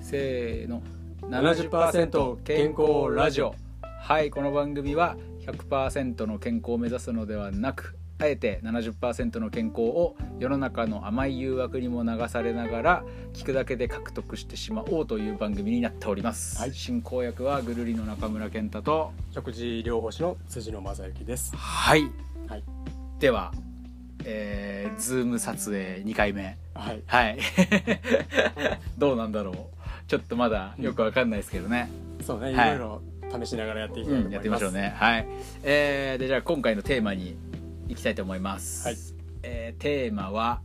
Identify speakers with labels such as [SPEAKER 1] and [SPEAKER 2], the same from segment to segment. [SPEAKER 1] せーの
[SPEAKER 2] 70%健康ラジオ
[SPEAKER 1] はいこの番組は100%の健康を目指すのではなくあえて70%の健康を世の中の甘い誘惑にも流されながら聞くだけで獲得してしまおうという番組になっております、
[SPEAKER 2] はい
[SPEAKER 1] 進行役はぐるりの中村健太と
[SPEAKER 2] 食事療法士の辻野正幸です
[SPEAKER 1] はい、
[SPEAKER 2] はい
[SPEAKER 1] ではえー、ズーム撮影2回目
[SPEAKER 2] はい
[SPEAKER 1] はい どうなんだろうちょっとまだよくわかんないですけどね、
[SPEAKER 2] そうね、
[SPEAKER 1] はい
[SPEAKER 2] い、ろいろ試しながらやっていきたい
[SPEAKER 1] うん、
[SPEAKER 2] と思います、
[SPEAKER 1] やってみましょうねはいえー、でじゃあ今回のテーマにいきたいと思います、
[SPEAKER 2] はい
[SPEAKER 1] えーテーマは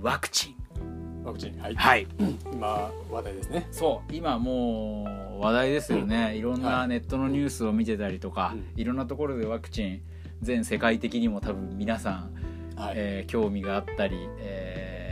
[SPEAKER 1] ワクチン
[SPEAKER 2] ワクチンはい、
[SPEAKER 1] はい
[SPEAKER 2] 今話題ですね
[SPEAKER 1] そう今もう話題ですよね、いろん
[SPEAKER 2] は
[SPEAKER 1] ないネットのニュースを見てたりとか、
[SPEAKER 2] うん
[SPEAKER 1] いろんなところでワクチン全世界的にも多分皆さん、
[SPEAKER 2] はい、
[SPEAKER 1] えー興味があったり、えー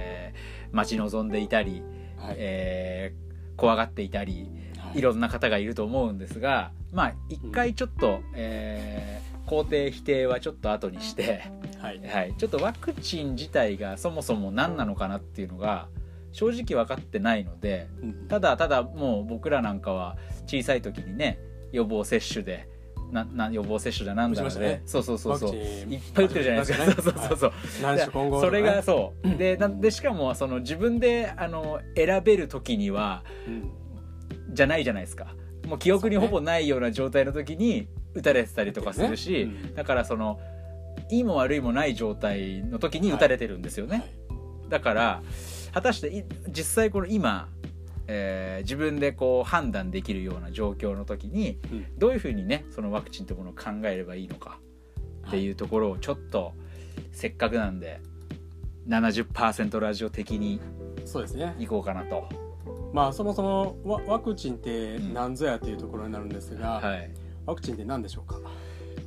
[SPEAKER 1] 待ち望んでいたり、
[SPEAKER 2] はい
[SPEAKER 1] えー怖がっていたり、
[SPEAKER 2] はい
[SPEAKER 1] いろんな方がいると思うんですがまあ一回ちょっと、えー肯定否定はちょっと後にして、
[SPEAKER 2] はい
[SPEAKER 1] はい、ちょっとワクチン自体がそもそも何なのかなっていうのが正直分かってないので
[SPEAKER 2] うん
[SPEAKER 1] ただただもう僕らなんかは小さい時にね予防接種でなな予防接種だなんだろ
[SPEAKER 2] 打
[SPEAKER 1] う
[SPEAKER 2] ち
[SPEAKER 1] で、
[SPEAKER 2] ましたね
[SPEAKER 1] そうそうそうそう
[SPEAKER 2] ワクチン
[SPEAKER 1] いっぱい打ってるじゃないですか、
[SPEAKER 2] 打ちま
[SPEAKER 1] そ
[SPEAKER 2] した
[SPEAKER 1] うそ
[SPEAKER 2] ね
[SPEAKER 1] うそうそう、
[SPEAKER 2] 男子混合と
[SPEAKER 1] そ
[SPEAKER 2] かね
[SPEAKER 1] れがそうでなんでしかもその自分であの選べる時には
[SPEAKER 2] うん
[SPEAKER 1] じゃないじゃないですかもう記憶にほぼないような状態の時に打たれてたりとかするし、
[SPEAKER 2] ねうん
[SPEAKER 1] だからそのいいも悪いもない状態の時に打たれてるんですよね、だから果たしてい実際この今、えー自分でこう判断できるような状況の時に
[SPEAKER 2] うん
[SPEAKER 1] どういうふうにねそのワクチンってものを考えればいいのかっていうところをちょっとせっかくなんで70%ラジオ的に
[SPEAKER 2] はいそうですね
[SPEAKER 1] いこうかなと。
[SPEAKER 2] まあそもそもワワクチンって何ぞやというところになるんですが、
[SPEAKER 1] はい
[SPEAKER 2] ワクチンって何でしょうか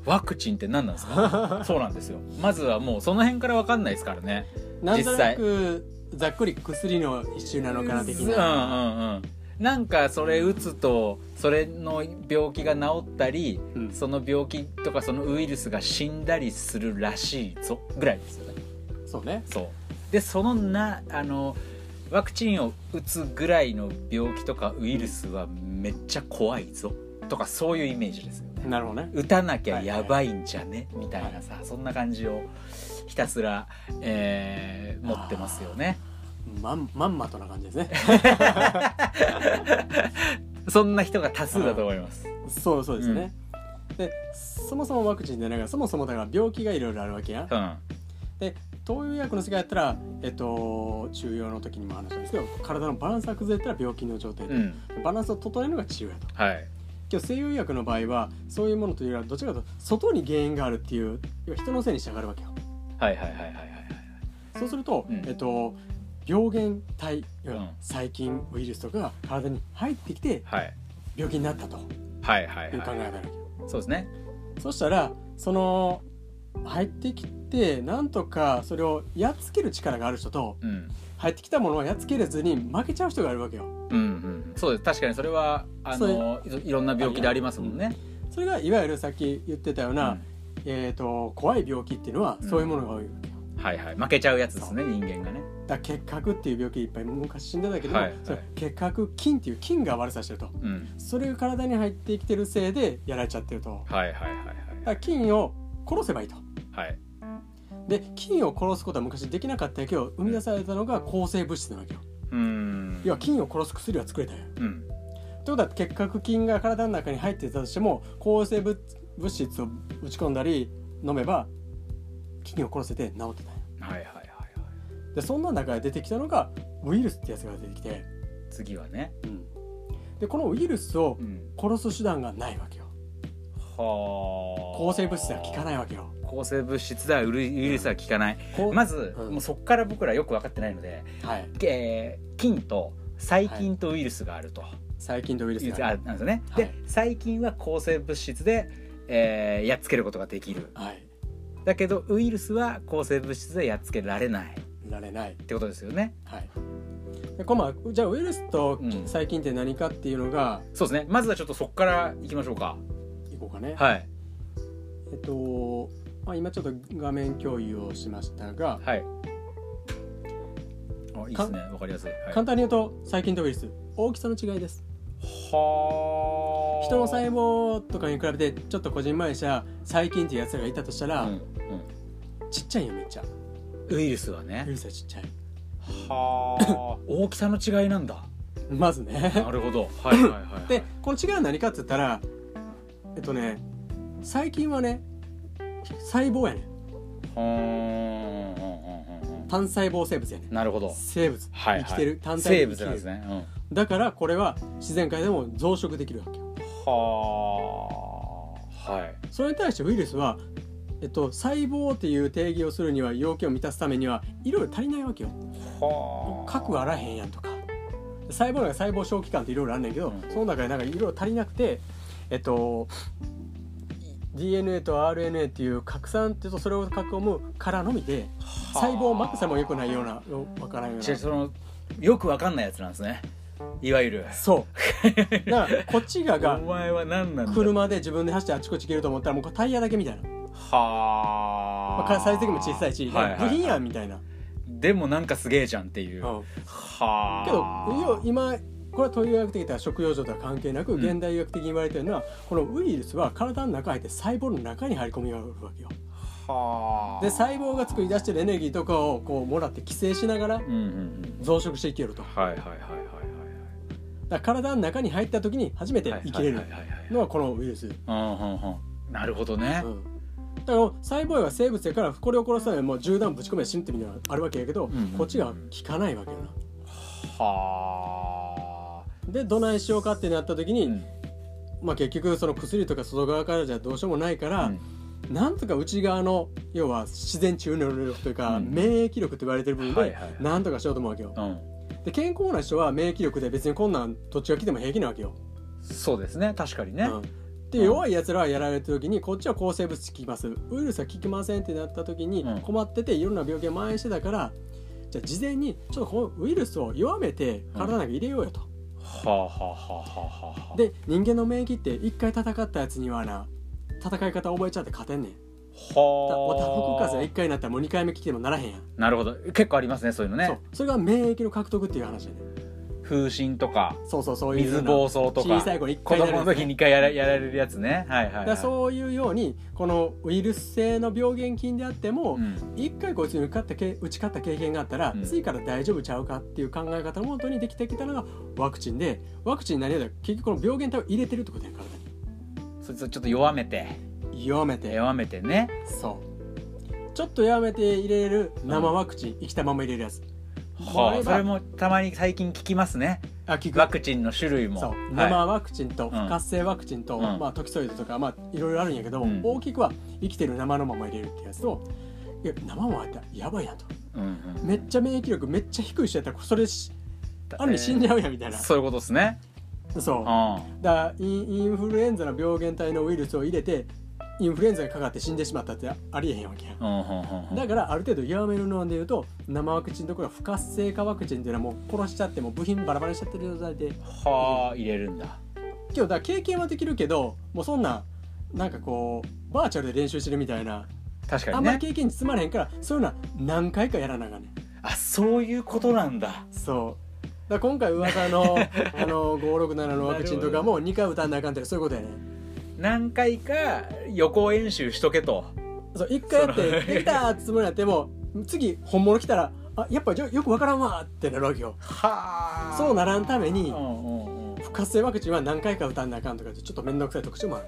[SPEAKER 1] ワクチンって何なんです かそうなんですよまずはもうその辺から分かんないですからね
[SPEAKER 2] なんとなくざっくり薬の一種なのかな的な、
[SPEAKER 1] うんうんうんなんかそれ打つとそれの病気が治ったり
[SPEAKER 2] うんそ
[SPEAKER 1] その病気とかそのウイルスが死んだりするらしいぞぐらいですよね
[SPEAKER 2] うね
[SPEAKER 1] そうでそのなあのワクチンを打つぐらいの病気とかウイルスはめっちゃ怖いぞとかそういうイメージですよね
[SPEAKER 2] なるほどね
[SPEAKER 1] 打たなきゃやばいんじゃね、みたいなさそんな感じをひたすら、えー持ってますよね
[SPEAKER 2] まんまんまとな感じですね
[SPEAKER 1] そんな人が多数だと思います
[SPEAKER 2] そうそうですね、でそもそもワクチンでないからそもそもだから病気がいろいろあるわけや
[SPEAKER 1] うんは
[SPEAKER 2] で投与薬の世界やったらえっと中用の時にも話したんですけど体のバランスが崩れたら病気の状態
[SPEAKER 1] い、
[SPEAKER 2] で、バランスを整えるのが治療やと
[SPEAKER 1] はい
[SPEAKER 2] 今日西洋医学の場合はそういうものというよりはどちらかというと外に原因があるっていう要は人のせいに従うわけよ
[SPEAKER 1] はいはいはいはい
[SPEAKER 2] そうすると、
[SPEAKER 1] うん
[SPEAKER 2] えっと病原体要
[SPEAKER 1] うん
[SPEAKER 2] は細菌ウイルスとかが体に入ってきて
[SPEAKER 1] はい
[SPEAKER 2] 病気になったと
[SPEAKER 1] はいはい
[SPEAKER 2] いう考え
[SPEAKER 1] はい
[SPEAKER 2] があるわけよ
[SPEAKER 1] そうですね
[SPEAKER 2] そしたらその入ってきてなんとかそれをやっつける力がある人と
[SPEAKER 1] うん
[SPEAKER 2] 入ってきたものをやっつけれずに負けちゃう人がいるわけよ
[SPEAKER 1] うんうんそうです確かにそれはあのいろいろんな病気でありますもんね
[SPEAKER 2] それがいわゆるさっき言ってたような、
[SPEAKER 1] うん
[SPEAKER 2] えー、と怖い病気っていうのはそういうものが多いわけよ、
[SPEAKER 1] はいはい負けちゃうやつですね人間がね
[SPEAKER 2] だから結核っていう病気いっぱい昔死んでたけど、
[SPEAKER 1] はいはい
[SPEAKER 2] それ結核菌っていう菌が悪さしてると
[SPEAKER 1] うん
[SPEAKER 2] それが体に入ってきてるせいでやられちゃってると
[SPEAKER 1] はいはいはい
[SPEAKER 2] だか
[SPEAKER 1] は
[SPEAKER 2] ら菌を殺せばいいと
[SPEAKER 1] いはい
[SPEAKER 2] で菌を殺すことは昔できなかったけど生み出されたのが抗生物質なわけよ
[SPEAKER 1] うん
[SPEAKER 2] 要は菌を殺す薬は作れたよ
[SPEAKER 1] うん
[SPEAKER 2] ということは結核菌が体の中に入っていたとしても抗生物物質を打ち込んだり飲めば菌を殺せて治ってたんよ
[SPEAKER 1] はいはいはいはい
[SPEAKER 2] でそんな中で出てきたのがウイルスってやつが出てきて、
[SPEAKER 1] 次はね
[SPEAKER 2] でこのウイルスを
[SPEAKER 1] うん
[SPEAKER 2] 殺す手段がないわけよ
[SPEAKER 1] はあ抗
[SPEAKER 2] 抗生物質は効かないいわけよ
[SPEAKER 1] 抗生物質だウイルウイルスは効かない
[SPEAKER 2] こう
[SPEAKER 1] まず
[SPEAKER 2] うん
[SPEAKER 1] もうそこから僕らよく分かってないので
[SPEAKER 2] はい
[SPEAKER 1] えー菌と細菌とウイルスがあると
[SPEAKER 2] 細菌とウイルス
[SPEAKER 1] いう
[SPEAKER 2] が
[SPEAKER 1] あなんですよね
[SPEAKER 2] は
[SPEAKER 1] で
[SPEAKER 2] い
[SPEAKER 1] 細菌は抗生物質でえーやっつけることができる
[SPEAKER 2] はい
[SPEAKER 1] だけどウイルスは抗生物質でやっつけられないっ
[SPEAKER 2] られない
[SPEAKER 1] てことですよね
[SPEAKER 2] はいでこまじゃあウイルスと
[SPEAKER 1] うん
[SPEAKER 2] 細菌って何かっていうのが、
[SPEAKER 1] そうですねまずはちょっとそこからいきましょうか
[SPEAKER 2] いこうかね、
[SPEAKER 1] はい
[SPEAKER 2] えっと、まあ、今ちょっと画面共有をしましたが、
[SPEAKER 1] はいあいいですねわかりやすい、はい
[SPEAKER 2] 簡単に言うと細菌とウイルス大きさの違いです
[SPEAKER 1] はあ
[SPEAKER 2] 人の細胞とかに比べてちょっとこじんまりした細菌っていうやつらがいたとしたら、
[SPEAKER 1] うん
[SPEAKER 2] ちっちゃいよめっちゃ
[SPEAKER 1] うん、ウイルスは
[SPEAKER 2] ウイ
[SPEAKER 1] ね
[SPEAKER 2] ルスはちっちゃい
[SPEAKER 1] はあ大きさの違いなんだ
[SPEAKER 2] まずね
[SPEAKER 1] なるほどはいはいはい、はい、
[SPEAKER 2] でこの違いは何かって言ったらえっとね細菌はね細胞やね
[SPEAKER 1] はーんうんうんうん
[SPEAKER 2] 単細胞生物やね
[SPEAKER 1] なるほど
[SPEAKER 2] 生物、
[SPEAKER 1] はい、はい、
[SPEAKER 2] 生きてる単
[SPEAKER 1] 生
[SPEAKER 2] 体
[SPEAKER 1] 物なんですね、うん、
[SPEAKER 2] だからこれは自然界でも増殖できるわけよ
[SPEAKER 1] はあはい
[SPEAKER 2] それに対してウイルスは、えっと、細胞っていう定義をするには要件を満たすためにはいろいろ足りないわけよ
[SPEAKER 1] は
[SPEAKER 2] 核あらへんやんとか細胞内細胞小器官っていろいろあんねんけど、
[SPEAKER 1] うん
[SPEAKER 2] その中でなんかいろいろ足りなくてえっと DNA と RNA っていう拡散ってとそれを囲むからのみで細胞膜さえも良くないようなわからんよう
[SPEAKER 1] じゃあ
[SPEAKER 2] な
[SPEAKER 1] そのよくわかんないやつなんですねいわゆる
[SPEAKER 2] そうだからこっち側
[SPEAKER 1] お
[SPEAKER 2] が
[SPEAKER 1] 前は何なんだ
[SPEAKER 2] 車で自分で走ってあちこち行けると思ったらもうこれタイヤだけみたいな、
[SPEAKER 1] はあ、
[SPEAKER 2] まあ、サイズ的にも小さいし、
[SPEAKER 1] はいはいはい
[SPEAKER 2] 部品やんみたいな、
[SPEAKER 1] でもなんかすげえじゃんっていう、
[SPEAKER 2] うんけど
[SPEAKER 1] はあ
[SPEAKER 2] 要今これは東洋医学的では食用上とは関係なく
[SPEAKER 1] うん
[SPEAKER 2] 現代医学的に言われてるのは、このウイルスは体の中に入って細胞の中に入り込みがあるわけよ
[SPEAKER 1] はあ
[SPEAKER 2] で細胞が作り出してるエネルギーとかをこうもらって寄生しながら
[SPEAKER 1] うんうんうん
[SPEAKER 2] 増殖していけるとだか
[SPEAKER 1] はいはいはいはいはい
[SPEAKER 2] ら体の中に入った時に初めて
[SPEAKER 1] はい
[SPEAKER 2] 生きれる
[SPEAKER 1] はいはいはいはい
[SPEAKER 2] のはこのウイルス、うん、
[SPEAKER 1] うんうんうんなるほどね、
[SPEAKER 2] だから細胞は生物やからこれを殺すためにもう銃弾ぶち込めば死ぬってみたいなのがあるわけやけど、
[SPEAKER 1] んうんうん
[SPEAKER 2] こっちが効かないわけよな
[SPEAKER 1] は
[SPEAKER 2] でどないしようかってなった時
[SPEAKER 1] あ
[SPEAKER 2] に、
[SPEAKER 1] うん
[SPEAKER 2] まあ、結局その薬とか外側からじゃどうしようもないから、なんとか内側の要は自然治癒能力というか、
[SPEAKER 1] うん
[SPEAKER 2] 免疫力と言われてる部分
[SPEAKER 1] はい
[SPEAKER 2] で
[SPEAKER 1] はいはい
[SPEAKER 2] なんとかしようと思うわけよ、
[SPEAKER 1] うん
[SPEAKER 2] で健康な人は免疫力で別にこんなんどっちが来ても平気なわけよ、
[SPEAKER 1] そうですね確かにね、
[SPEAKER 2] うんで
[SPEAKER 1] うん
[SPEAKER 2] 弱いやつらはやられた時にこっちは抗生物効きますウイルスは効きませんってなった時に
[SPEAKER 1] うん
[SPEAKER 2] 困ってていろんな病気が蔓延してたからじゃあ事前にちょっとこのウイルスを弱めて体の中に入れようよと、
[SPEAKER 1] はあはあはあはあはあはあ
[SPEAKER 2] で人間の免疫って一回戦ったやつにはな戦い方覚えちゃって勝てんねんだまた
[SPEAKER 1] は
[SPEAKER 2] 副
[SPEAKER 1] あ
[SPEAKER 2] 活が1回になったらもう2回目来てもならへんやん、
[SPEAKER 1] なるほど結構ありますねそういうの
[SPEAKER 2] そう
[SPEAKER 1] ね
[SPEAKER 2] それが免疫の獲得っていう話やね
[SPEAKER 1] 風疹とか
[SPEAKER 2] そうそうそういう
[SPEAKER 1] 水暴走とか
[SPEAKER 2] 小さい子に1
[SPEAKER 1] 子
[SPEAKER 2] 回な
[SPEAKER 1] 供
[SPEAKER 2] るや
[SPEAKER 1] の
[SPEAKER 2] つね
[SPEAKER 1] 時に2回やらやられるやつねはいはい、
[SPEAKER 2] だ
[SPEAKER 1] はい、
[SPEAKER 2] からそういうようにこのウイルス性の病原菌であっても、
[SPEAKER 1] うん
[SPEAKER 2] 一1回こいつに受かったけ打ち勝った経験があったら、
[SPEAKER 1] うん
[SPEAKER 2] 次から大丈夫ちゃうかっていう考え方のもとにできてきたのがワクチンでワクチンになりだ結局この病原体を入れてるってことやから
[SPEAKER 1] そいつをちょっと弱めて
[SPEAKER 2] 弱めて
[SPEAKER 1] 弱めてね
[SPEAKER 2] そうちょっと弱めて入れる生ワクチン、生きたまま入れるやつこ
[SPEAKER 1] はあ
[SPEAKER 2] れ
[SPEAKER 1] それ
[SPEAKER 2] が
[SPEAKER 1] もたまに最近聞きますね
[SPEAKER 2] あ効く
[SPEAKER 1] ワクチンの種類も
[SPEAKER 2] そう
[SPEAKER 1] はい
[SPEAKER 2] 生ワクチンと
[SPEAKER 1] うん
[SPEAKER 2] 不活性ワクチンと、
[SPEAKER 1] うん
[SPEAKER 2] まあ、トキソイドとか、まあ、いろいろあるんやけど、
[SPEAKER 1] うん
[SPEAKER 2] 大きくは生きてる生のまま入れるってやつといや生もあったらやばいやんと
[SPEAKER 1] うんうん
[SPEAKER 2] めっちゃ免疫力めっちゃ低い人やったらそれし
[SPEAKER 1] だ
[SPEAKER 2] ある意味死んじゃうやんみたい
[SPEAKER 1] えー
[SPEAKER 2] な、
[SPEAKER 1] そういうことですね
[SPEAKER 2] そう
[SPEAKER 1] うん
[SPEAKER 2] だか
[SPEAKER 1] は
[SPEAKER 2] らインインフルエンザの病原体のウイルスを入れてインフルエンザにかかって死んでしまったってありえへんわけやん
[SPEAKER 1] うんうんうんうん
[SPEAKER 2] だからある程度弱めるので言うと生ワクチンところは不活性化ワクチンっていうのはもう殺しちゃってもう部品バラバラにしちゃってる状態で
[SPEAKER 1] はあ入れるんだ
[SPEAKER 2] 今日だから経験はできるけどもうそんななんかこうバーチャルで練習してるみたいな、
[SPEAKER 1] 確か
[SPEAKER 2] あ
[SPEAKER 1] に
[SPEAKER 2] んま
[SPEAKER 1] ね
[SPEAKER 2] り経験に積まれへんからそういうのは何回かやらなあかんねん
[SPEAKER 1] あそういうことなんだ
[SPEAKER 2] そうだから今回 噂のあの567のワクチンとかも2回打たなあかんってそういうことやねん
[SPEAKER 1] 何回か予行演習しとけと
[SPEAKER 2] そう1回やっ
[SPEAKER 1] その
[SPEAKER 2] てできたってつもりになっても次本物来たらあやっぱじゃよくわからんわってなるわけよ
[SPEAKER 1] はあ
[SPEAKER 2] そうならんため
[SPEAKER 1] う
[SPEAKER 2] に
[SPEAKER 1] んうんうん
[SPEAKER 2] 不活性ワクチンは何回か打たなあかんとかってちょっと面倒くさい特徴もある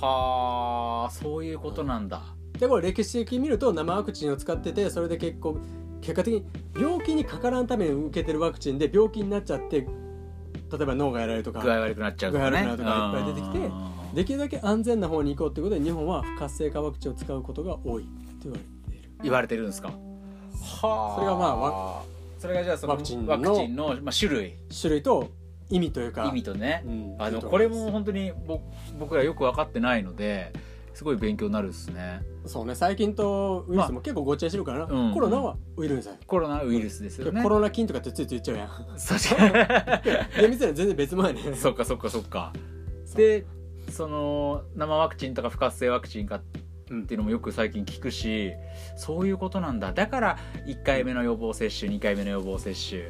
[SPEAKER 1] はあそういうことなんだ
[SPEAKER 2] でも歴史的に見ると生ワクチンを使っててそれで結構結果的に病気にかからんために受けてるワクチンで病気になっちゃって例えば脳がやられると
[SPEAKER 1] 具合
[SPEAKER 2] か
[SPEAKER 1] 悪くなっちゃうとかね
[SPEAKER 2] 具合悪くなるとかいっぱい出てきて
[SPEAKER 1] うん
[SPEAKER 2] できるだけ安全な方に行こうっていうことで日本は不活性化ワクチンを使うことが多いって言われている
[SPEAKER 1] 言われてるんですかは
[SPEAKER 2] それがまあ
[SPEAKER 1] それがじゃあその
[SPEAKER 2] ワクチンの
[SPEAKER 1] ワクチンのまあ、種類
[SPEAKER 2] 種類と意味というか
[SPEAKER 1] 意味とね、
[SPEAKER 2] うん
[SPEAKER 1] あ
[SPEAKER 2] いい
[SPEAKER 1] の
[SPEAKER 2] と
[SPEAKER 1] こ
[SPEAKER 2] 思
[SPEAKER 1] れ
[SPEAKER 2] います
[SPEAKER 1] も本当に僕僕らよく分かってないのですごい勉強になるっすね
[SPEAKER 2] そうね最近とウイルスも結構ごっちゃにしてるからな、
[SPEAKER 1] まあうん
[SPEAKER 2] コロナはウイルスだよ
[SPEAKER 1] コロナウイルスですよね
[SPEAKER 2] コロナ菌とかってついつい言っち ゃうやん
[SPEAKER 1] 確か
[SPEAKER 2] 厳密には全然別もんやね
[SPEAKER 1] にそっかそっかそっか
[SPEAKER 2] そう
[SPEAKER 1] でその生ワクチンとか不活性ワクチンかっ
[SPEAKER 2] うん
[SPEAKER 1] ていうのもよく最近聞くしそういうことなんだだから1回目の予防接種2回目の予防接種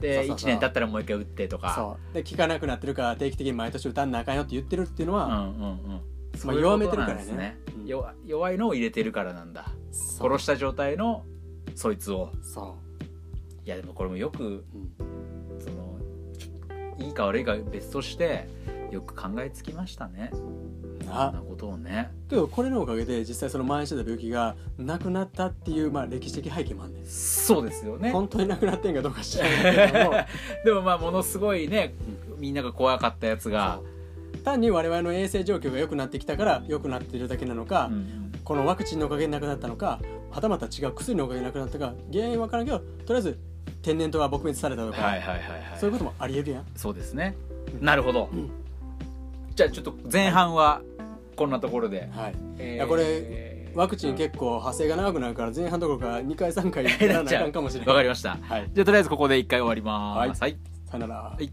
[SPEAKER 1] で
[SPEAKER 2] そうそう
[SPEAKER 1] 1
[SPEAKER 2] そう
[SPEAKER 1] 年経ったらもう一回打ってとか
[SPEAKER 2] そうで効かなくなってるから定期的に毎年歌んなあかんよって言ってるっていうの
[SPEAKER 1] うんう
[SPEAKER 2] は、
[SPEAKER 1] んうん
[SPEAKER 2] ま
[SPEAKER 1] そ
[SPEAKER 2] あ、
[SPEAKER 1] ういう
[SPEAKER 2] 弱
[SPEAKER 1] こ
[SPEAKER 2] め
[SPEAKER 1] と
[SPEAKER 2] てるか
[SPEAKER 1] な
[SPEAKER 2] ら
[SPEAKER 1] んです
[SPEAKER 2] ね
[SPEAKER 1] ね
[SPEAKER 2] うん
[SPEAKER 1] 弱弱いのを入れてるからなんだ
[SPEAKER 2] そう
[SPEAKER 1] 殺した状態のそいつを
[SPEAKER 2] そ
[SPEAKER 1] いやでもこれもよく
[SPEAKER 2] う、うん
[SPEAKER 1] そのちょいいか悪いか別としてよく考えつきましたねこんな
[SPEAKER 2] あ
[SPEAKER 1] ことをね
[SPEAKER 2] けどこれのおかげで実際その蔓延してた病気がなくなったっていう、まあ、歴史的背景もあんねん
[SPEAKER 1] そうですよね
[SPEAKER 2] 本当になくなってんかどうか知らないけど も
[SPEAKER 1] でもまあものすごいねみんなが怖かったやつが、
[SPEAKER 2] そう単に我々の衛生状況が良くなってきたから良くなってるだけなのか、
[SPEAKER 1] うん
[SPEAKER 2] このワクチンのおかげでなくなったのかはたまた違う薬のおかげでなくなったか原因わからんけどとりあえず天然痘が撲滅されたとか、
[SPEAKER 1] はいはいはいはい
[SPEAKER 2] そういうこともありえるやん
[SPEAKER 1] そうですね
[SPEAKER 2] うん
[SPEAKER 1] なるほど、
[SPEAKER 2] うん
[SPEAKER 1] じゃあちょっと前半はこんなところで、
[SPEAKER 2] はい
[SPEAKER 1] えー
[SPEAKER 2] いやこれワクチン結構派生が長くなるから前半どころか2回3回やらなあかんかもし れない
[SPEAKER 1] わかりました
[SPEAKER 2] はい
[SPEAKER 1] じゃあとりあえずここで一回終わります、
[SPEAKER 2] さよなら
[SPEAKER 1] はい